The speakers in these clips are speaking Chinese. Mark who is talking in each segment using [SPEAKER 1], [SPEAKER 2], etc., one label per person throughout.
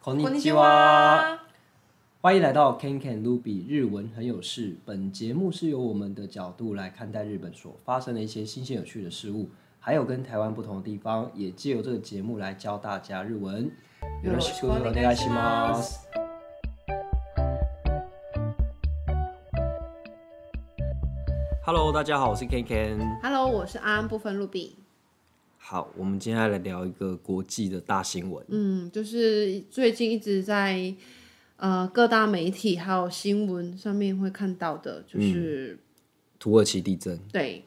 [SPEAKER 1] こんにちは，欢迎来到 Ken Ken Ruby 日文很有事。本节目是由我们的角度来看待日本所发生的一些新鲜有趣的事物，还有跟台湾不同的地方，也借由这个节目来教大家日文。
[SPEAKER 2] よろしくお願いします。
[SPEAKER 1] Hello，大家好，我是 Ken Ken。
[SPEAKER 2] Hello，我是安安部分露比。
[SPEAKER 1] 好，我们今天来聊一个国际的大新闻。
[SPEAKER 2] 嗯，就是最近一直在呃各大媒体还有新闻上面会看到的，就是、
[SPEAKER 1] 土耳其地震，
[SPEAKER 2] 对。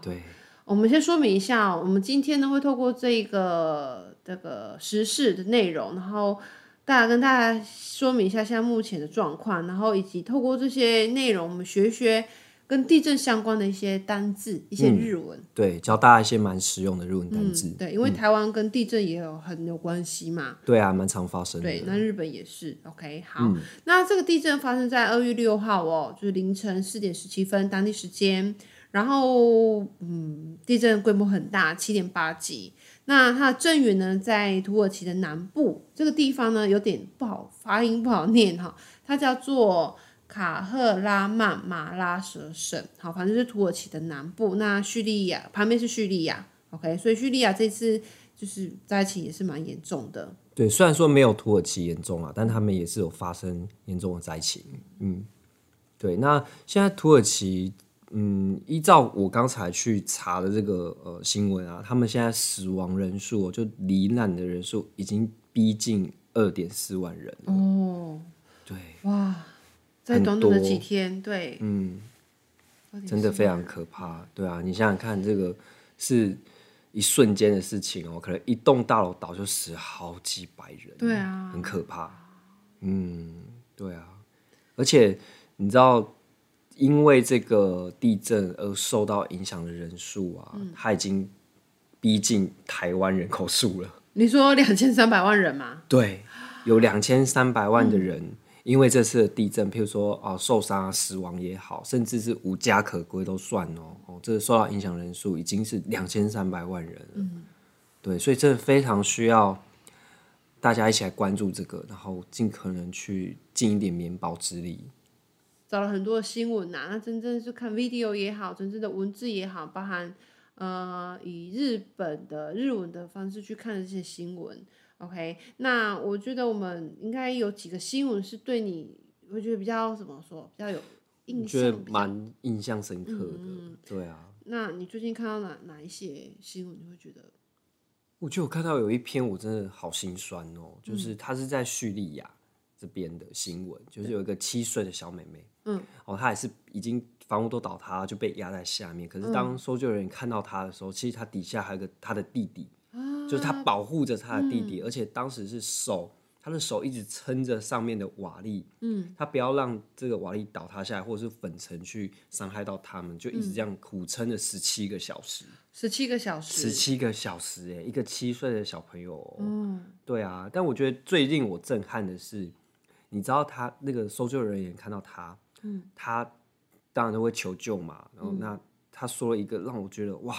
[SPEAKER 1] 对，
[SPEAKER 2] 我们先说明一下，我们今天呢会透过这个这个时事的内容，然后大家跟大家说明一下现在目前的状况，然后以及透过这些内容，我们学一学跟地震相关的一些单字、一些日文。
[SPEAKER 1] 对，教大家一些蛮实用的日文单字。
[SPEAKER 2] 嗯，对，因为台湾跟地震也有很有关系嘛。
[SPEAKER 1] 对啊，蛮常发生的。嗯
[SPEAKER 2] 对，那日本也是。OK，好，那这个地震发生在二月六号哦，就是凌晨四点十七分当地时间。然后，嗯，地震规模很大，七点八级。那它的震源呢，在土耳其的南部这个地方呢，有点不好发音，不好念哈、它叫做卡赫拉曼马拉什省。好，反正就是土耳其的南部。那叙利亚旁边是叙利亚，OK，所以叙利亚这次就是灾情也是蛮严重的。
[SPEAKER 1] 对，虽然说没有土耳其严重啊，但他们也是有发生严重的灾情。嗯，对。那现在土耳其，嗯，依照我刚才去查的这个呃新闻啊，他们现在死亡人数哦、就罹难的人数已经逼近二点四万人了。
[SPEAKER 2] 哦，
[SPEAKER 1] 对，
[SPEAKER 2] 哇，在
[SPEAKER 1] 很
[SPEAKER 2] 短短的
[SPEAKER 1] 多
[SPEAKER 2] 几天，对，
[SPEAKER 1] 嗯，
[SPEAKER 2] 有点
[SPEAKER 1] 真的非常可怕。对啊，你想想看，这个是一瞬间的事情哦，可能一栋大楼倒就死好几百人。
[SPEAKER 2] 对啊，
[SPEAKER 1] 很可怕。嗯，对啊，而且你知道，因为这个地震而受到影响的人数啊，它已经逼近台湾人口数了。
[SPEAKER 2] 你说两千三百万人嘛，
[SPEAKER 1] 对，有两千三百万的人。因为这次的地震，譬如说啊受伤啊、死亡也好，甚至是无家可归都算哦。哦，这受到影响人数已经是两千三百万人了。对，所以真的非常需要大家一起来关注这个，然后尽可能去尽一点绵薄之力。
[SPEAKER 2] 找了很多新闻呐、那真正是看 video 也好，真正的文字也好，包含呃以日本的日文的方式去看这些新闻。OK，那我觉得我们应该有几个新闻是对你，我觉得比较怎么说，比较有印
[SPEAKER 1] 觉得
[SPEAKER 2] 象。
[SPEAKER 1] 蛮印象深刻的，对啊。
[SPEAKER 2] 那你最近看到哪哪一些新闻，你会觉得
[SPEAKER 1] 我就有看到有一篇，我真的好心酸哦，就是她是在叙利亚这边的新闻，就是有一个七岁的小妹妹，嗯，哦，她也是已经房屋都倒塌，就被压在下面。可是当搜救人员看到她的时候，其实她底下还有个她的弟弟，就是她保护着她的弟弟，而且当时是手，她的手一直撑着上面的瓦砾，嗯，她不要让这个瓦砾倒塌下来，或者是粉尘去伤害到他们，就一直这样苦撑了十七个小时。
[SPEAKER 2] 十七个小时？
[SPEAKER 1] 十七个小时、欸，哎，一个七岁的小朋友、嗯，对啊。但我觉得最令我震撼的是，你知道他那个搜救人员看到他，嗯，他当然都会求救嘛。然后那他说了一个让我觉得哇，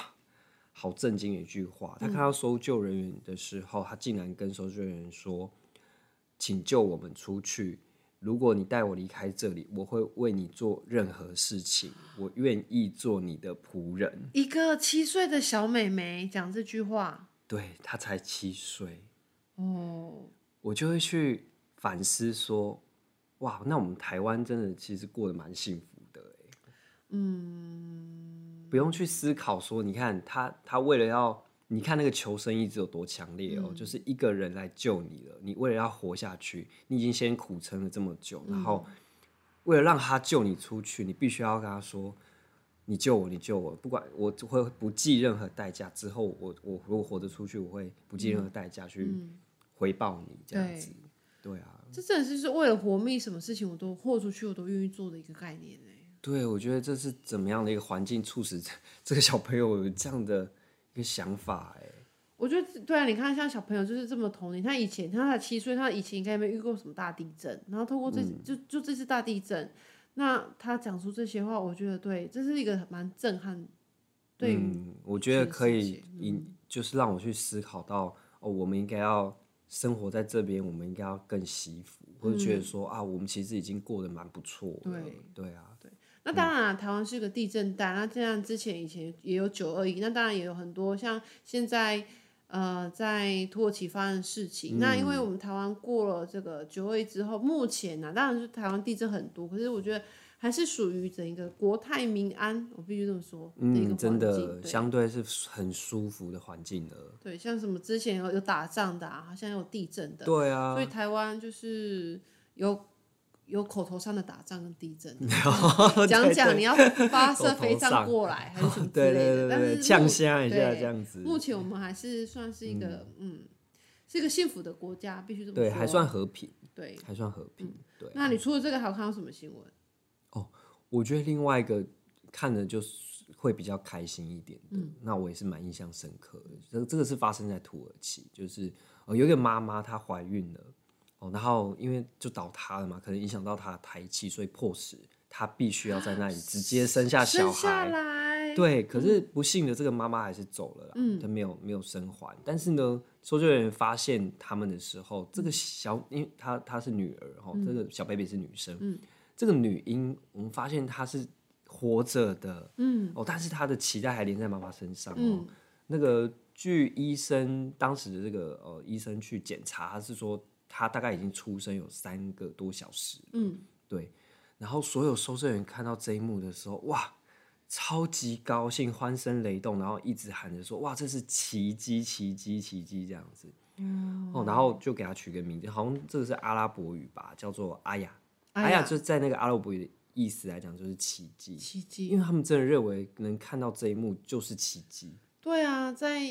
[SPEAKER 1] 好震惊的一句话。他看到搜救人员的时候，他竟然跟搜救人员说：“请救我们出去。”如果你带我离开这里，我会为你做任何事情，我愿意做你的仆人。
[SPEAKER 2] 一个七岁的小妹妹讲这句话，
[SPEAKER 1] 对他才七岁，
[SPEAKER 2] 哦，
[SPEAKER 1] 我就会去反思说，哇，那我们台湾真的其实过得蛮幸福的欸
[SPEAKER 2] 嗯
[SPEAKER 1] 不用去思考说，你看他他为了要，你看那个求生意志有多强烈哦，就是一个人来救你了，你为了要活下去，你已经先苦撑了这么久，然后为了让他救你出去，你必须要跟他说。你救我，你救我，不管我会不计任何代价。之后我我如果活得出去，我会不计任何代价去回报你这样子。对啊，
[SPEAKER 2] 嗯这真的是是为了活命，什么事情我都豁出去，我都愿意做的一个概念欸呢。
[SPEAKER 1] 对，我觉得这是怎么样的一个环境促使这这个小朋友有这样的一个想法？哎，
[SPEAKER 2] 我觉得对啊，你看像小朋友就是这么童年，他以前他才七岁，他以前应该没遇过什么大地震，然后透过这、就就这次大地震，那他讲出这些话，我觉得对，这是一个蛮震撼，对于
[SPEAKER 1] 嗯，我觉得
[SPEAKER 2] 这件
[SPEAKER 1] 可
[SPEAKER 2] 事
[SPEAKER 1] 以
[SPEAKER 2] 情，
[SPEAKER 1] 引就是让我去思考到哦，我们应该要生活在这边，我们应该要更惜福，或者觉得说啊，我们其实已经过得蛮不错了。
[SPEAKER 2] 嗯对
[SPEAKER 1] 对啊，对
[SPEAKER 2] 那当然、啊，台湾是个地震带。那这样之前以前也有九二一，那当然也有很多像现在呃在土耳其发生的事情。那因为
[SPEAKER 1] 嗯
[SPEAKER 2] 我们台湾过了这个九二一之后，目前呢、啊，当然是台湾地震很多，可是我觉得还是属于整一个国泰民安，我必须这么说的一个
[SPEAKER 1] 嗯，真
[SPEAKER 2] 环
[SPEAKER 1] 的
[SPEAKER 2] 境。
[SPEAKER 1] 相对是很舒服的环境了。
[SPEAKER 2] 对对，像什么之前有有打仗的啊，好像有地震的，
[SPEAKER 1] 对啊
[SPEAKER 2] 所，以台湾就是有。有口头上的打仗跟 地震，讲讲你要发射飞弹过来还是什么 之
[SPEAKER 1] 对
[SPEAKER 2] 类
[SPEAKER 1] 对
[SPEAKER 2] 的，
[SPEAKER 1] 对
[SPEAKER 2] 但是
[SPEAKER 1] 对，
[SPEAKER 2] 目
[SPEAKER 1] 呛虾一下
[SPEAKER 2] 对
[SPEAKER 1] 这样子，
[SPEAKER 2] 目前我们还是算是一个嗯是一个幸福的国家，必须这么说。
[SPEAKER 1] 对，还算和平，
[SPEAKER 2] 对。嗯
[SPEAKER 1] 还算和平。对，
[SPEAKER 2] 那你除了这个还有看到什么新闻？
[SPEAKER 1] 哦我觉得另外一个看着就是会比较开心一点的，
[SPEAKER 2] 嗯
[SPEAKER 1] 那我也是蛮印象深刻的。这个这个是发生在土耳其，就是呃有一个妈妈她怀孕了，哦，然后因为就倒塌了嘛，可能影响到她的胎气，所以迫使她必须要在那里直接生下小
[SPEAKER 2] 生下
[SPEAKER 1] 孩。
[SPEAKER 2] 来，
[SPEAKER 1] 对，可是不幸的，这个妈妈还是走了啦，她没有没有生还。但是呢，搜救人员发现他们的时候，这个小，因为她她是女儿哈，这个小 baby 是女生，这个女婴，我们发现她是活着的，嗯，哦，但是她的脐带还连在妈妈身上哦。那个据医生当时的这个呃医生去检查，他是说她大概已经出生有三个多小时，
[SPEAKER 2] 嗯，
[SPEAKER 1] 对。然后所有搜救员看到这一幕的时候，哇！超级高兴，欢声雷动，然后一直喊着说：“哇，这是奇迹，奇迹，奇迹！”这样子，哦，然后就给他取个名字，好像这个是阿拉伯语吧，叫做阿雅。
[SPEAKER 2] 哎
[SPEAKER 1] 阿雅
[SPEAKER 2] 呀，
[SPEAKER 1] 就在那个阿拉伯语的意思来讲，就是奇迹，
[SPEAKER 2] 奇
[SPEAKER 1] 因
[SPEAKER 2] 迹。
[SPEAKER 1] 为他们真的认为能看到这一幕就是奇迹，
[SPEAKER 2] 对啊，在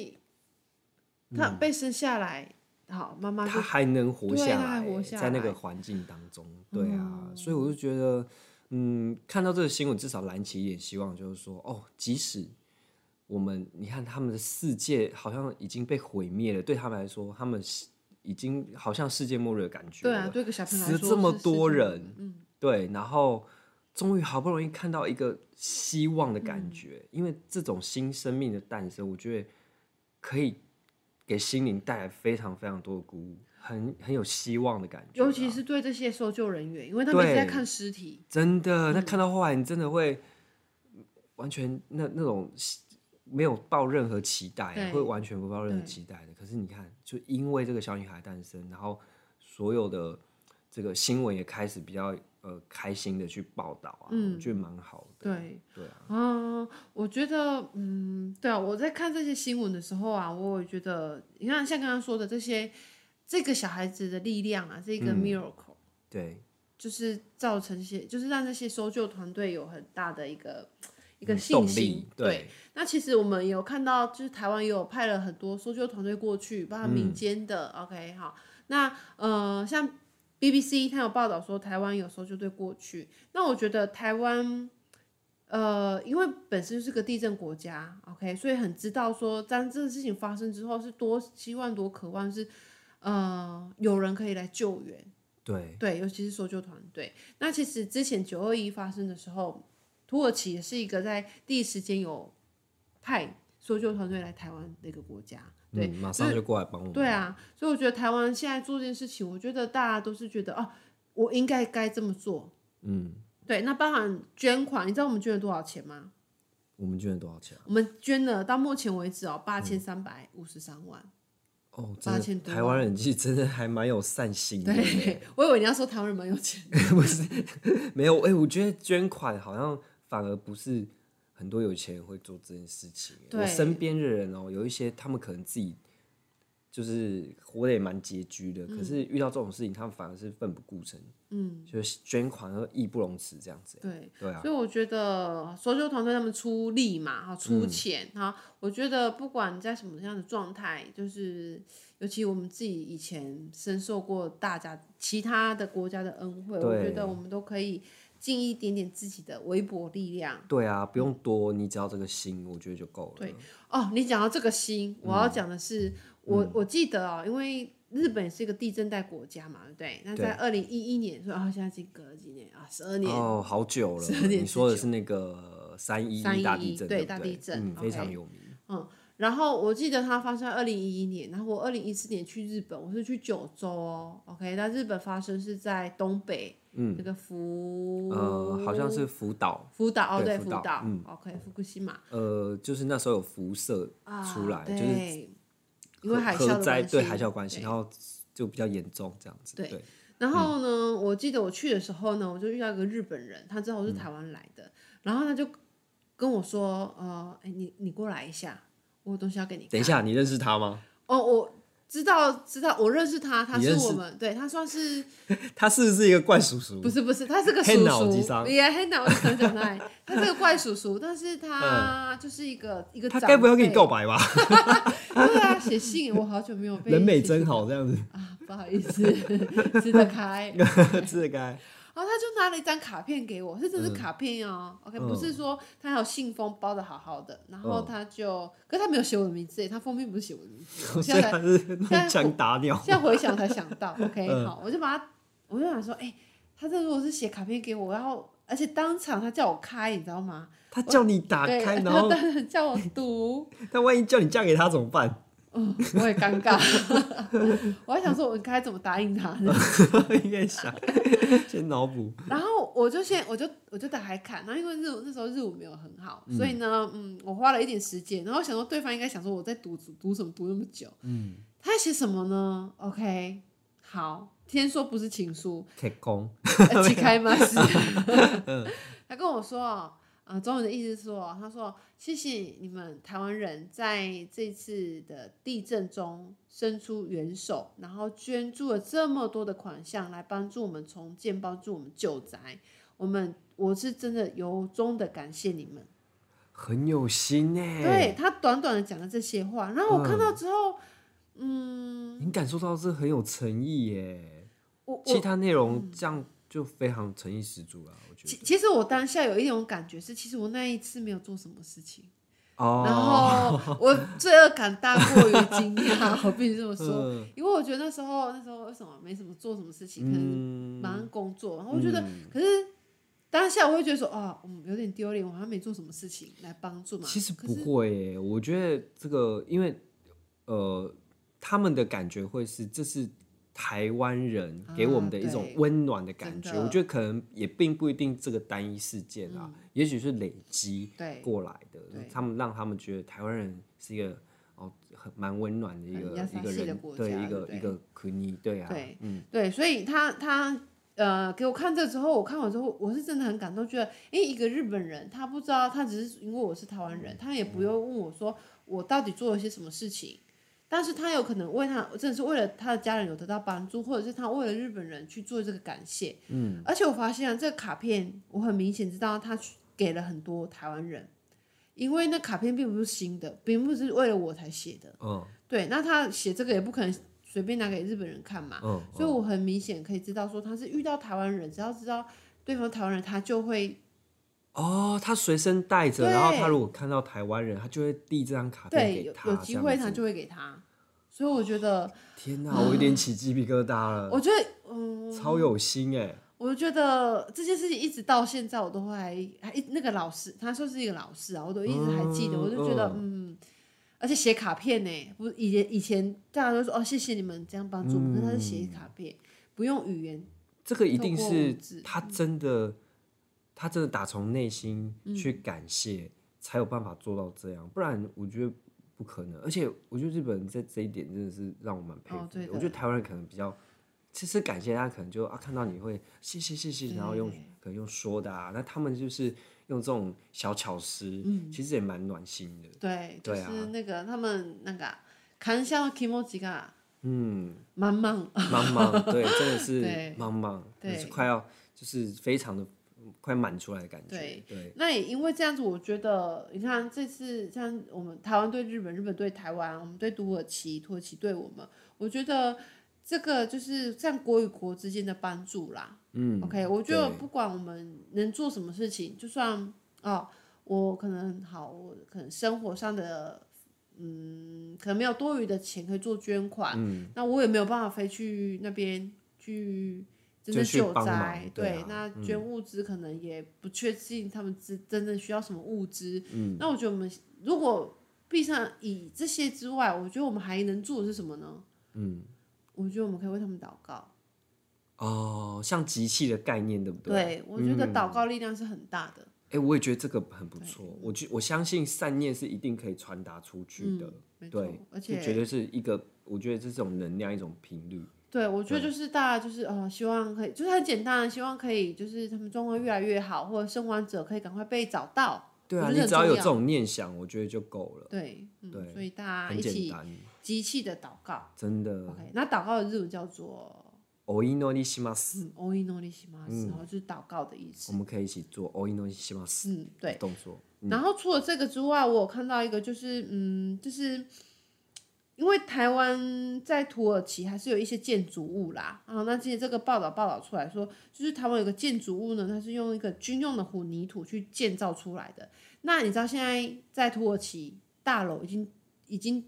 [SPEAKER 2] 他被生下来，好，妈妈
[SPEAKER 1] 嗯他
[SPEAKER 2] 就
[SPEAKER 1] 还啊能活
[SPEAKER 2] 对
[SPEAKER 1] 下
[SPEAKER 2] 他还
[SPEAKER 1] 来，
[SPEAKER 2] 活下
[SPEAKER 1] 在那
[SPEAKER 2] 来
[SPEAKER 1] 个环境当中，对啊，所以我就觉得，嗯，看到这个新闻，至少燃起一点希望，就是说，哦，即使我们你看他们的世界好像已经被毁灭了，对他们来说，他们是已经好像世界末日的感觉
[SPEAKER 2] 对
[SPEAKER 1] 了，
[SPEAKER 2] 啊，对一个小朋友来
[SPEAKER 1] 死了
[SPEAKER 2] 说
[SPEAKER 1] 这么
[SPEAKER 2] 是嗯世
[SPEAKER 1] 多
[SPEAKER 2] 界
[SPEAKER 1] 人，对，然后终于好不容易看到一个希望的
[SPEAKER 2] 嗯
[SPEAKER 1] 感觉，因为这种新生命的诞生，我觉得可以给心灵带来非常非常多的鼓舞，很很有希望的感觉啊。
[SPEAKER 2] 尤其是对这些搜救人员，因为他们一直在
[SPEAKER 1] 对
[SPEAKER 2] 看尸体，
[SPEAKER 1] 真
[SPEAKER 2] 嗯
[SPEAKER 1] 的，那看到后来，你真的会完全那那种没有抱任何期待，
[SPEAKER 2] 对
[SPEAKER 1] 会完全不抱任何
[SPEAKER 2] 对
[SPEAKER 1] 期待的。可是你看，就因为这个小女孩诞生，然后所有的这个新闻也开始比较呃开心的去报道啊，
[SPEAKER 2] 嗯
[SPEAKER 1] 我觉得蛮好的。
[SPEAKER 2] 对，
[SPEAKER 1] 对啊，
[SPEAKER 2] 啊，我觉得，嗯，对啊，我在看这些新闻的时候啊，我也觉得，你看像刚刚说的这些，这个小孩子的力量啊，这
[SPEAKER 1] 嗯
[SPEAKER 2] 个 miracle，、
[SPEAKER 1] 对，
[SPEAKER 2] 就是造成一些，就是让这些搜救团队有很大的一个一个
[SPEAKER 1] 嗯动
[SPEAKER 2] 信心
[SPEAKER 1] 力。，对，
[SPEAKER 2] 那其实我们有看到，就是台湾也有派了很多搜救团队过去，包括民间的、OK 好。那呃，像 BBC 它有报道说台湾有搜救队过去，那我觉得台湾。呃，因为本身就是个地震国家，OK，所以很知道说，当这个事情发生之后，是多希望、多渴望是，呃，有人可以来救援。
[SPEAKER 1] 对，
[SPEAKER 2] 对，尤其是搜救团队。那其实之前九二一发生的时候，土耳其也是一个在第一时间有派搜救团队来台湾的一个国家。对，
[SPEAKER 1] 嗯，马上就过来帮我们。
[SPEAKER 2] 对啊，所以我觉得台湾现在做这件事情，我觉得大家都是觉得哦，我应该该这么做。
[SPEAKER 1] 嗯，
[SPEAKER 2] 对，那包含捐款，你知道我们捐了多少钱吗？
[SPEAKER 1] 我们捐了多少钱啊？
[SPEAKER 2] 我们捐了到目前为止哦，八千三百五十三万。
[SPEAKER 1] 哦，真
[SPEAKER 2] 8000
[SPEAKER 1] 的，
[SPEAKER 2] 多
[SPEAKER 1] 台湾人其实真的还蛮有善心的耶。
[SPEAKER 2] 对， 我以为你要说台湾人蛮有钱，
[SPEAKER 1] 没有，哎、我觉得捐款好像反而不是很多有钱人会做这件事情。欸
[SPEAKER 2] 对
[SPEAKER 1] 我身边的人哦、有一些他们可能自己就是活得也蛮拮据的，可是遇到这种事情，他们反而是奋不顾身，
[SPEAKER 2] 嗯，
[SPEAKER 1] 就是捐款和义不容辞这样子。
[SPEAKER 2] 对。
[SPEAKER 1] 对啊，
[SPEAKER 2] 所以我觉得搜救团队他们出力嘛，哈，
[SPEAKER 1] 嗯
[SPEAKER 2] 出钱哈、我觉得不管你在什么样的状态，就是尤其我们自己以前深受过大家其他的国家的恩惠，我
[SPEAKER 1] 对
[SPEAKER 2] 觉得我们都可以尽一点点自己的微薄力量。
[SPEAKER 1] 对啊，不用多，你只要这个心，我觉得就够了
[SPEAKER 2] 对。哦，你讲到这个心，我
[SPEAKER 1] 嗯
[SPEAKER 2] 要讲的是，我我记得哦，因为日本是一个地震带国家嘛，对不对？那在二零一一年，说啊、现在已经隔了几年啊，十二年，
[SPEAKER 1] 哦，好久了。
[SPEAKER 2] 12点
[SPEAKER 1] 你说的是那个三一
[SPEAKER 2] 311
[SPEAKER 1] 大地震，
[SPEAKER 2] 对
[SPEAKER 1] 对不
[SPEAKER 2] 大地震
[SPEAKER 1] 嗯，
[SPEAKER 2] ，OK
[SPEAKER 1] 非常有名。
[SPEAKER 2] 嗯，然后我记得它发生二零一一年，然后我二零一四年去日本，我是去九州哦，OK，那日本发生是在东北，嗯，那个福
[SPEAKER 1] 呃，好像是福岛，
[SPEAKER 2] 福岛哦，
[SPEAKER 1] 对
[SPEAKER 2] 对，
[SPEAKER 1] 福
[SPEAKER 2] 福
[SPEAKER 1] 岛嗯
[SPEAKER 2] 岛、o k 福库西马
[SPEAKER 1] 呃，就是那时候有辐射出来，
[SPEAKER 2] 啊
[SPEAKER 1] 就
[SPEAKER 2] 对
[SPEAKER 1] 是
[SPEAKER 2] 因为海啸
[SPEAKER 1] 核
[SPEAKER 2] 的
[SPEAKER 1] 灾
[SPEAKER 2] 关系，
[SPEAKER 1] 对海啸关系，然后就比较严重这样子。
[SPEAKER 2] 对
[SPEAKER 1] 对，
[SPEAKER 2] 然后
[SPEAKER 1] 嗯
[SPEAKER 2] 呢，我记得我去的时候呢，我就遇到一个日本人，他知道我
[SPEAKER 1] 嗯
[SPEAKER 2] 是台湾来的，然后他就跟我说：“呃，哎，你你过来一下，我有东西要给你看。
[SPEAKER 1] 等一下， 你认识他吗？”
[SPEAKER 2] 哦，我知道知道，我认识他，他
[SPEAKER 1] 你
[SPEAKER 2] 是
[SPEAKER 1] 认识
[SPEAKER 2] 我们对他算是
[SPEAKER 1] 他是不是一个怪叔叔
[SPEAKER 2] 不？是不是，他是个叔
[SPEAKER 1] 黑脑机
[SPEAKER 2] 叔，
[SPEAKER 1] 商
[SPEAKER 2] 也很脑机商讲他，他是个怪叔叔，但是他就是一个、一个
[SPEAKER 1] 嗯他
[SPEAKER 2] 长辈，
[SPEAKER 1] 该不要跟你告白吧？
[SPEAKER 2] 对啊，写信我好久没有被
[SPEAKER 1] 人美
[SPEAKER 2] 写信
[SPEAKER 1] 真好这样子，
[SPEAKER 2] 啊，不好意思， 吃得开。
[SPEAKER 1] 这该
[SPEAKER 2] 然后他就拿了一张卡片给我，是真的
[SPEAKER 1] 嗯
[SPEAKER 2] 是卡片哦、OK，、不是说他还有信封包的好好的，然
[SPEAKER 1] 嗯
[SPEAKER 2] 后他就，可是他没有写我的名字耶，他封面不是写我的名字，
[SPEAKER 1] 所
[SPEAKER 2] 我现
[SPEAKER 1] 以
[SPEAKER 2] 在
[SPEAKER 1] 他
[SPEAKER 2] 才
[SPEAKER 1] 是乱枪打鸟。
[SPEAKER 2] 现在回想才想 到，OK，、好，
[SPEAKER 1] 嗯
[SPEAKER 2] 我就把他，我就想说，哎、他这如果是写卡片给我，然后而且当场他叫我开，你知道吗？
[SPEAKER 1] 他叫你打
[SPEAKER 2] 对，
[SPEAKER 1] 开，
[SPEAKER 2] 他
[SPEAKER 1] 然后
[SPEAKER 2] 当然叫我读，
[SPEAKER 1] 他万一叫你嫁给他怎么办？
[SPEAKER 2] 嗯，我也尴尬， 我还想说我该怎么答应他 呢？
[SPEAKER 1] 应该想，先脑补。
[SPEAKER 2] 然后我就先，我就我就打开看，然后因为日文那时候日文没有很好，所以呢，嗯，我花了一点时间，然后想说对方应该想说我在读读什么读那么久，嗯，他在写什么呢？OK，好，先说不是情书，
[SPEAKER 1] 太空，
[SPEAKER 2] 呃起开吗？是，他跟我说哦。啊、中文的意思是说，他说谢谢你们台湾人在这次的地震中伸出援手，然后捐助了这么多的款项来帮助我们重建，帮助我们救灾。我们我是真的由衷的感谢你们。
[SPEAKER 1] 很有心哎。
[SPEAKER 2] 对他短短的讲了这些话，然后我看到之后，嗯，
[SPEAKER 1] 你感受到这很有诚意耶。
[SPEAKER 2] 我我
[SPEAKER 1] 其他内容这样就非常诚意十足了，我觉
[SPEAKER 2] 其
[SPEAKER 1] 得。
[SPEAKER 2] 其实我当下有一种感觉是，其实我那一次没有做什么事情。然
[SPEAKER 1] 哦，
[SPEAKER 2] 后我罪恶感大过于惊讶，我必须这么说，
[SPEAKER 1] 嗯
[SPEAKER 2] 因为我觉得那时候那时候为什么没什么做什么事情，可能
[SPEAKER 1] 嗯，
[SPEAKER 2] 忙工作，然后我觉得，可是当下我会觉得说，啊，嗯，有点丢脸，我好像没做什么事情来帮助嘛。
[SPEAKER 1] 其实
[SPEAKER 2] 可
[SPEAKER 1] 不
[SPEAKER 2] 是
[SPEAKER 1] 会耶，我觉得这个，因为呃，他们的感觉会是这是台湾人给我们的一种
[SPEAKER 2] 啊对
[SPEAKER 1] 温暖的感觉。
[SPEAKER 2] 真的嗯
[SPEAKER 1] 我觉得可能也并不一定这个单一事件啊，也许是累积
[SPEAKER 2] 对
[SPEAKER 1] 过来的
[SPEAKER 2] 对，
[SPEAKER 1] 他们让他们觉得台湾人是一个。哦，很蛮温暖的一
[SPEAKER 2] 很
[SPEAKER 1] 个
[SPEAKER 2] 亚
[SPEAKER 1] 一
[SPEAKER 2] 萨
[SPEAKER 1] 个
[SPEAKER 2] 系的
[SPEAKER 1] 人
[SPEAKER 2] 国，
[SPEAKER 1] 对
[SPEAKER 2] 家
[SPEAKER 1] 一
[SPEAKER 2] 对
[SPEAKER 1] 个
[SPEAKER 2] 不对
[SPEAKER 1] 一个 c o 对啊，
[SPEAKER 2] 对
[SPEAKER 1] 嗯，
[SPEAKER 2] 对，所以他他呃给我看这之后，我看完之后，我是真的很感动，觉得诶，一个日本人，他不知道，他只是因为我是台湾人，他也
[SPEAKER 1] 嗯
[SPEAKER 2] 不用问我说我到底做了些什么事情，但是他有可能为他真的是为了他的家人有得到帮助，或者是他为了日本人去做这个感谢。嗯，而且我发现、啊、这个卡片，我很明显知道他去给了很多台湾人。因为那卡片并不是新的，并不是为了我才写的。
[SPEAKER 1] 嗯
[SPEAKER 2] 对，那他写这个也不可能随便拿给日本人看嘛。
[SPEAKER 1] 嗯，
[SPEAKER 2] 所以我很明显可以知道说他是遇到台湾人，只要知道对方台湾人，他就会
[SPEAKER 1] 哦，他随身带着，
[SPEAKER 2] 对
[SPEAKER 1] 然后他如果看到台湾人，他就会递这张卡片
[SPEAKER 2] 对
[SPEAKER 1] 给
[SPEAKER 2] 有
[SPEAKER 1] 他，
[SPEAKER 2] 有机
[SPEAKER 1] 这样
[SPEAKER 2] 会
[SPEAKER 1] 子
[SPEAKER 2] 他就会给他。所以我觉得，
[SPEAKER 1] 天哪，我有点起鸡皮疙瘩了。
[SPEAKER 2] 我觉得，嗯，
[SPEAKER 1] 超有心哎、
[SPEAKER 2] 我觉得这件事情一直到现在我都会还还一那个老师，他说是一个老师啊，我都一直还记得，
[SPEAKER 1] 嗯
[SPEAKER 2] 我就觉得嗯。而且写卡片呢，不以前以前大家都说哦，谢谢你们这样帮助我们，可是他是写卡片，不用语言，
[SPEAKER 1] 这个一定
[SPEAKER 2] 透过文字
[SPEAKER 1] 是他真的，他真的打从内心
[SPEAKER 2] 嗯
[SPEAKER 1] 去感谢，才有办法做到这样，不然我觉得不可能。而且我觉得日本人在这一点真的是让我蛮佩服
[SPEAKER 2] 哦对的
[SPEAKER 1] 我觉得台湾人可能比较。其实感谢他，可能就啊看到你会谢谢谢谢，
[SPEAKER 2] 对
[SPEAKER 1] 然后用可能用说的啊，那他们就是用这种小巧思，
[SPEAKER 2] 嗯
[SPEAKER 1] 其实也蛮暖心的。
[SPEAKER 2] 对，就
[SPEAKER 1] 对啊
[SPEAKER 2] 是那个他们那个啊看向 emoji が
[SPEAKER 1] 嗯，
[SPEAKER 2] 满满
[SPEAKER 1] 茫茫， 对，真的是
[SPEAKER 2] 对
[SPEAKER 1] 茫茫，
[SPEAKER 2] 对
[SPEAKER 1] 就是快要就是非常的快满出来的感觉。
[SPEAKER 2] 对
[SPEAKER 1] 对，
[SPEAKER 2] 那也因为这样子，我觉得你看这次像我们台湾对日本，日本对台湾，我们对土耳其，土耳其对我们，我觉得这个就是像国与国之间的帮助啦。
[SPEAKER 1] 嗯
[SPEAKER 2] OK，我觉得
[SPEAKER 1] 对
[SPEAKER 2] 不管我们能做什么事情，就算哦，我可能好，我可能生活上的。嗯，可能没有多余的钱可以做捐款，
[SPEAKER 1] 嗯
[SPEAKER 2] 那我也没有办法飞去那边去真
[SPEAKER 1] 就
[SPEAKER 2] 的
[SPEAKER 1] 去
[SPEAKER 2] 救
[SPEAKER 1] 帮
[SPEAKER 2] 灾
[SPEAKER 1] 忙，对啊
[SPEAKER 2] 那捐物资可
[SPEAKER 1] 嗯
[SPEAKER 2] 能也不确定他们真真正需要什么物资，那我觉得我们如果闭上以这些之外，我觉得我们还能做的是什么呢？
[SPEAKER 1] 嗯，
[SPEAKER 2] 我觉得我们可以为他们祷告。
[SPEAKER 1] 哦，像集气的概念，对不嗯对？
[SPEAKER 2] 对，我觉得祷告力量是很大的。
[SPEAKER 1] 哎、我也觉得这个很不错。我觉我相信善念是一定可以传达出去的，
[SPEAKER 2] 嗯没错
[SPEAKER 1] 对，，
[SPEAKER 2] 而
[SPEAKER 1] 这绝
[SPEAKER 2] 且
[SPEAKER 1] 对是一个，我觉得这种能量一种频率，
[SPEAKER 2] 对，我觉得就是大家就是呃，希望可以，就是很简单，希望可以就是他们状况越来越好，或者生还者可以赶快被找到。
[SPEAKER 1] 对啊，
[SPEAKER 2] 我觉
[SPEAKER 1] 你
[SPEAKER 2] 得
[SPEAKER 1] 只要
[SPEAKER 2] 很
[SPEAKER 1] 有
[SPEAKER 2] 重
[SPEAKER 1] 这种念想，我觉得就够了，
[SPEAKER 2] 对，嗯，
[SPEAKER 1] 对
[SPEAKER 2] 所以大家
[SPEAKER 1] 很
[SPEAKER 2] 一
[SPEAKER 1] 简
[SPEAKER 2] 起
[SPEAKER 1] 单，
[SPEAKER 2] 集气的祷告。
[SPEAKER 1] 真的。
[SPEAKER 2] OK，那祷告的日文叫做
[SPEAKER 1] お祈りします，
[SPEAKER 2] 嗯 o i n o n i s h m a
[SPEAKER 1] 嗯
[SPEAKER 2] s 然后就是祷告的意思
[SPEAKER 1] 我。们可以一起做お祈りします
[SPEAKER 2] 嗯，对。
[SPEAKER 1] 动作。
[SPEAKER 2] 然后除了这个之外，我有看到一个就是，嗯，就是因为台湾在土耳其还是有一些建筑物啦，啊，那今天这个报道报道出来说，就是台湾有个建筑物呢，它是用一个军用的混凝土去建造出来的。那你知道现在在土耳其大楼已经已经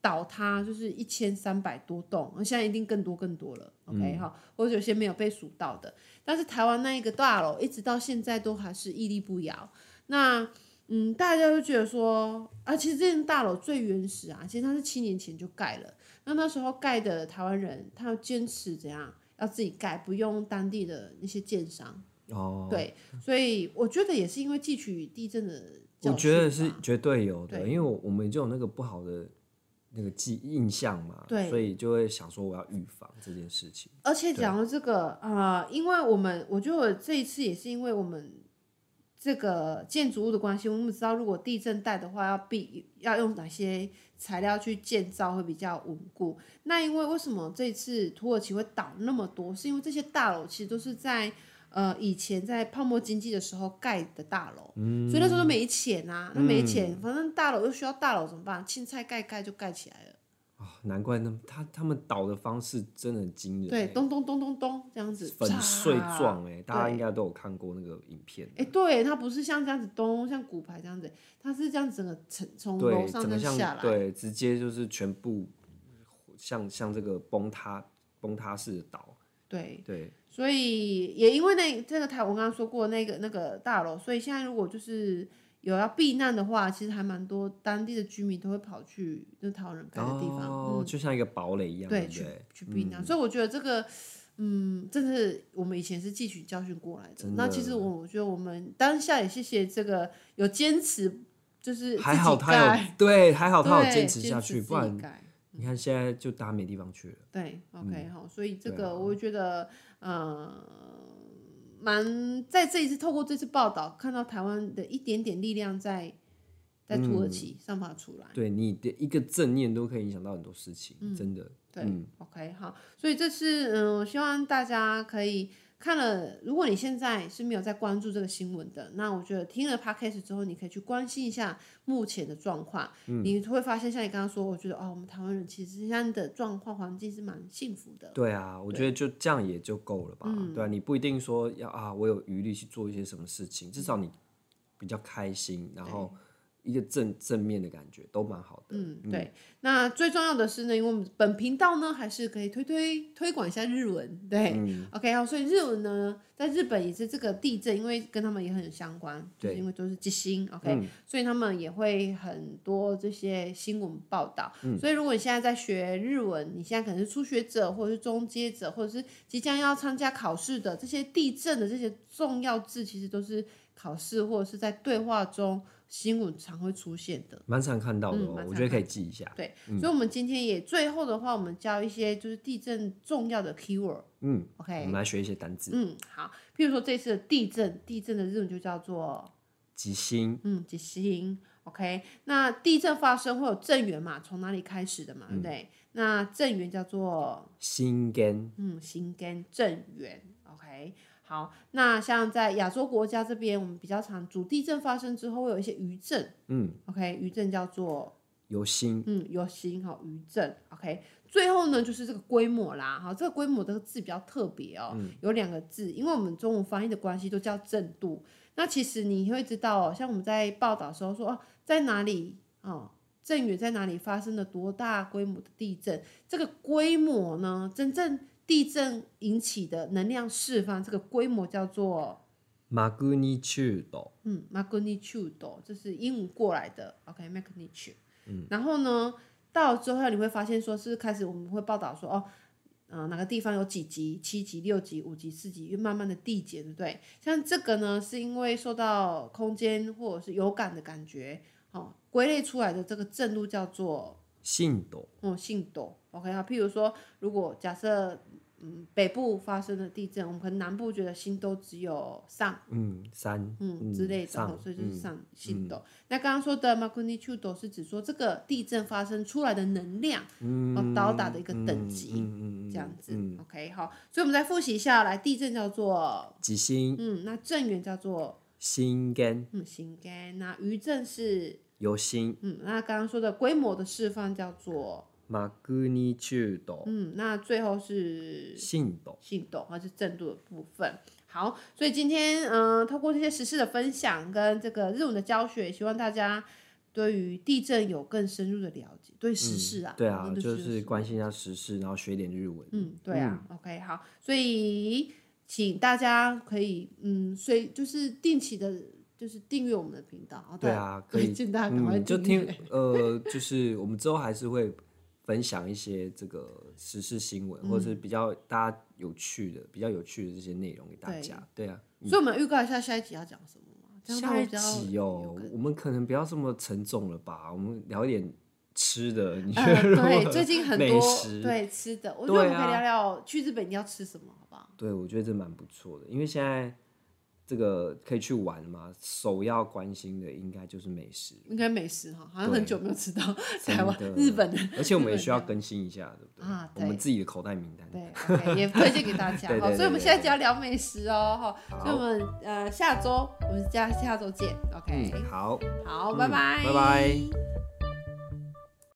[SPEAKER 2] 倒塌，就是一千三百多栋，现在一定更多更多了。OK 哈、或者有些没有被数到的，但是台湾那一个大楼一直到现在都还是屹立不摇。那嗯，大家都觉得说，啊，其实这间大楼最原始啊，其实它是七年前就盖了。那那时候盖的台湾人，他要坚持怎样，要自己盖，不用当地的那些建商。
[SPEAKER 1] 哦，
[SPEAKER 2] 对，所以我觉得也是因为汲取地震的教
[SPEAKER 1] 我
[SPEAKER 2] 训吧，
[SPEAKER 1] 觉得是绝对有的，
[SPEAKER 2] 对
[SPEAKER 1] 因为我们就有那个不好的那个记印象嘛，
[SPEAKER 2] 对
[SPEAKER 1] 所以就会想说我要预防这件事情。
[SPEAKER 2] 而且讲到这个啊、呃因为我们我觉得我这一次也是因为我们这个建筑物的关系，我们知道如果地震带的话，要必要用哪些材料去建造会比较稳固。那因为为什么这次土耳其会倒那么多，是因为这些大楼其实都是在。呃，以前在泡沫经济的时候盖的大楼，
[SPEAKER 1] 嗯
[SPEAKER 2] 所以那时候都没钱啊，那没钱，反正大楼又需要大楼怎么办？青菜盖盖就盖起来了。
[SPEAKER 1] 啊，难怪他们他他们倒的方式真的很惊人、
[SPEAKER 2] 对，
[SPEAKER 1] 欸，
[SPEAKER 2] 咚咚咚咚咚这样子，
[SPEAKER 1] 粉碎
[SPEAKER 2] 啪
[SPEAKER 1] 状哎、大家
[SPEAKER 2] 对
[SPEAKER 1] 应该都有看过那个影片，
[SPEAKER 2] 哎、对，它不是像这样子咚，像骨牌这样子，它是这样整个从从楼
[SPEAKER 1] 对，
[SPEAKER 2] 上
[SPEAKER 1] 整
[SPEAKER 2] 这
[SPEAKER 1] 个
[SPEAKER 2] 样下
[SPEAKER 1] 像
[SPEAKER 2] 来，
[SPEAKER 1] 对，直接就是全部像像这个崩塌崩塌式的倒，
[SPEAKER 2] 对
[SPEAKER 1] 对，
[SPEAKER 2] 所以也因为那这个台，我刚刚说过那个那个大楼，所以现在如果就是有要避难的话，其实还蛮多当地的居民都会跑去就是台湾人盖的地方，
[SPEAKER 1] 哦，就像一个堡垒一
[SPEAKER 2] 嗯，
[SPEAKER 1] 样，
[SPEAKER 2] 对，
[SPEAKER 1] 不
[SPEAKER 2] 去
[SPEAKER 1] 对？
[SPEAKER 2] 去避难，所以我觉得这个。嗯，真的是我们以前是汲取教训过来的。
[SPEAKER 1] 真
[SPEAKER 2] 那
[SPEAKER 1] 的
[SPEAKER 2] 其实我我觉得我们当下也谢谢这个有坚持，就是
[SPEAKER 1] 还
[SPEAKER 2] 自己
[SPEAKER 1] 好他
[SPEAKER 2] 盖
[SPEAKER 1] 有对，还好他有
[SPEAKER 2] 对
[SPEAKER 1] 坚持下
[SPEAKER 2] 自
[SPEAKER 1] 去，
[SPEAKER 2] 己
[SPEAKER 1] 不然
[SPEAKER 2] 盖
[SPEAKER 1] 你看现在就大家没地方去了。
[SPEAKER 2] 对，OK 好、所以这
[SPEAKER 1] 对
[SPEAKER 2] 个我觉得，呃，蛮在这一次透过这次报道，看到台湾的一点点力量在在土耳其散发出来。
[SPEAKER 1] 对你的一个正念都可以影响到很多事情，
[SPEAKER 2] 嗯
[SPEAKER 1] 真的。
[SPEAKER 2] 对、o k 好，所以这次嗯、我希望大家可以看了，如果你现在是没有在关注这个新闻的，那我觉得听了 podcast 之后，你可以去关心一下目前的状况，你会发现像你刚刚说，我觉得哦，我们台湾人其实现在的状况环境是蛮幸福的。
[SPEAKER 1] 对啊，我觉得就这样也就够了吧。
[SPEAKER 2] 嗯
[SPEAKER 1] 对啊，你不一定说要啊，我有余力去做一些什么事情，至少你比较开心，然后一个正正面的感觉都蛮好的。
[SPEAKER 2] 嗯，对。那最重要的是呢，因为我们本频道呢，还是可以推推推广一下日文。对、o
[SPEAKER 1] 嗯
[SPEAKER 2] k 好，所以日文呢，在日本也是这个地震，因为跟他们也很有相关，就是
[SPEAKER 1] 对嗯
[SPEAKER 2] 因为都是吉星，OK，、所以他们也会很多这些新闻报道。
[SPEAKER 1] 嗯
[SPEAKER 2] 所以如果你现在在学日文，你现在可能是初学者，或者是中阶者，或者是即将要参加考试的，这些地震的这些重要字，其实都是考试或者是在对话中新闻常会出现的。
[SPEAKER 1] 蛮常看到的
[SPEAKER 2] 嗯
[SPEAKER 1] 哦，
[SPEAKER 2] 蛮常
[SPEAKER 1] 我觉得可以记一下。
[SPEAKER 2] 对，所以，我们今天也最后的话，我们教一些就是地震重要的 keyword。
[SPEAKER 1] 嗯，我
[SPEAKER 2] OK，
[SPEAKER 1] 们来学一些单字，
[SPEAKER 2] 嗯，好，譬如说这次的地震，地震的日文就叫做
[SPEAKER 1] 吉星
[SPEAKER 2] 嗯吉星。OK，那地震发生会有震源嘛？从哪里开始的嘛？对不对？那震源叫做
[SPEAKER 1] 心跟
[SPEAKER 2] 嗯心跟震源。OK，好，那像在亚洲国家这边，我们比较常主地震发生之后会有一些余震。
[SPEAKER 1] 嗯
[SPEAKER 2] OK，余震叫做
[SPEAKER 1] 由心
[SPEAKER 2] 嗯，有型好余震，OK。最后呢，就是这个规模啦，哈，这个规模这个字比较特别哦，有两个字，因为我们中文翻译的关系都叫震度。那其实你会知道、哦，像我们在报道的时候说，哦，在哪里哦，震源在哪里发生了多大规模的地震，这个规模呢，真正地震引起的能量释放，这个规模叫做
[SPEAKER 1] 马古尼去斗，
[SPEAKER 2] 嗯 magnitude，这是英文过来的，OK magnitude。然后呢，到了之后你会发现说，是不是开始我们会报道说，哦，呃，哪个地方有几级、七级、六级、五级、四级，慢慢的递减，对不对？像这个呢，是因为受到空间或者是有感的感觉，哦，归类出来的这个震度叫做
[SPEAKER 1] 信斗
[SPEAKER 2] 嗯信抖。OK 啊，譬如说，如果假设嗯北部发生了地震，我们可能南部觉得信都只有上。
[SPEAKER 1] 嗯三
[SPEAKER 2] 嗯之类的，
[SPEAKER 1] 上嗯
[SPEAKER 2] 哦所以就是上信斗。那刚刚说的 magnitude 是指说这个地震发生出来的能量，哦，到达的一个等级，
[SPEAKER 1] 嗯嗯嗯嗯
[SPEAKER 2] 这样子。OK，好，所以我们再复习一下，来，地震叫做
[SPEAKER 1] 几星
[SPEAKER 2] 嗯，那震源叫做
[SPEAKER 1] 心跟
[SPEAKER 2] 嗯心肝，那余震是
[SPEAKER 1] 由心
[SPEAKER 2] 嗯，那刚刚说的规模的释放叫做
[SPEAKER 1] magnitude
[SPEAKER 2] 嗯，那最后是
[SPEAKER 1] 信斗
[SPEAKER 2] 性动或是震度的部分。好，所以今天嗯、呃，透过这些实事的分享跟这个日文的教学，希望大家对于地震有更深入的了解，对时事啊，
[SPEAKER 1] 对
[SPEAKER 2] 讨
[SPEAKER 1] 啊
[SPEAKER 2] 论，
[SPEAKER 1] 就
[SPEAKER 2] 时
[SPEAKER 1] 是
[SPEAKER 2] 事
[SPEAKER 1] 关心一下时事，然后学一点日文。
[SPEAKER 2] 嗯，对啊、o k 好，所以请大家可以嗯，所以就是定期的，就是订阅我们的频道哦
[SPEAKER 1] 对啊，可以，
[SPEAKER 2] 请大家赶快
[SPEAKER 1] 嗯，就
[SPEAKER 2] 订阅
[SPEAKER 1] 听，呃，就是我们之后还是会分享一些这个时事新
[SPEAKER 2] 嗯
[SPEAKER 1] 闻，或者是比较大家有趣的、比较有趣的这些内容给大家。对啊，
[SPEAKER 2] 所以我们预告一下下一集要讲什么嘛，这样大
[SPEAKER 1] 下
[SPEAKER 2] 家
[SPEAKER 1] 一
[SPEAKER 2] 比较
[SPEAKER 1] 集
[SPEAKER 2] 有
[SPEAKER 1] 哦
[SPEAKER 2] 感，
[SPEAKER 1] 我们可能不要这么沉重了吧？我们聊一点吃的， 你觉
[SPEAKER 2] 呃，
[SPEAKER 1] 得如何？
[SPEAKER 2] 对，最近很
[SPEAKER 1] 美
[SPEAKER 2] 多
[SPEAKER 1] 食
[SPEAKER 2] 对吃的，我觉得我
[SPEAKER 1] 对
[SPEAKER 2] 们可以
[SPEAKER 1] 啊
[SPEAKER 2] 聊聊去日本一定要吃什么，好不好？
[SPEAKER 1] 对，我觉得这蛮不错的，因为现在这个可以去玩嘛，首要关心的应该就是美食，
[SPEAKER 2] 应该美食哈，好像很久没有吃到台湾
[SPEAKER 1] 真的
[SPEAKER 2] 日本的，
[SPEAKER 1] 而且我们也需要更新一下，对不对？
[SPEAKER 2] 啊
[SPEAKER 1] 我
[SPEAKER 2] 对
[SPEAKER 1] 们自己的口袋名单。
[SPEAKER 2] 对，OK，也 推荐给大家
[SPEAKER 1] 对对
[SPEAKER 2] 哈。
[SPEAKER 1] 对
[SPEAKER 2] 所以我们
[SPEAKER 1] 对
[SPEAKER 2] 现在就要聊美食哦哈，
[SPEAKER 1] 好
[SPEAKER 2] 所以我们呃下周我们下下周见，OK，
[SPEAKER 1] 嗯，好，
[SPEAKER 2] 好，
[SPEAKER 1] 嗯
[SPEAKER 2] 拜拜，
[SPEAKER 1] 拜拜。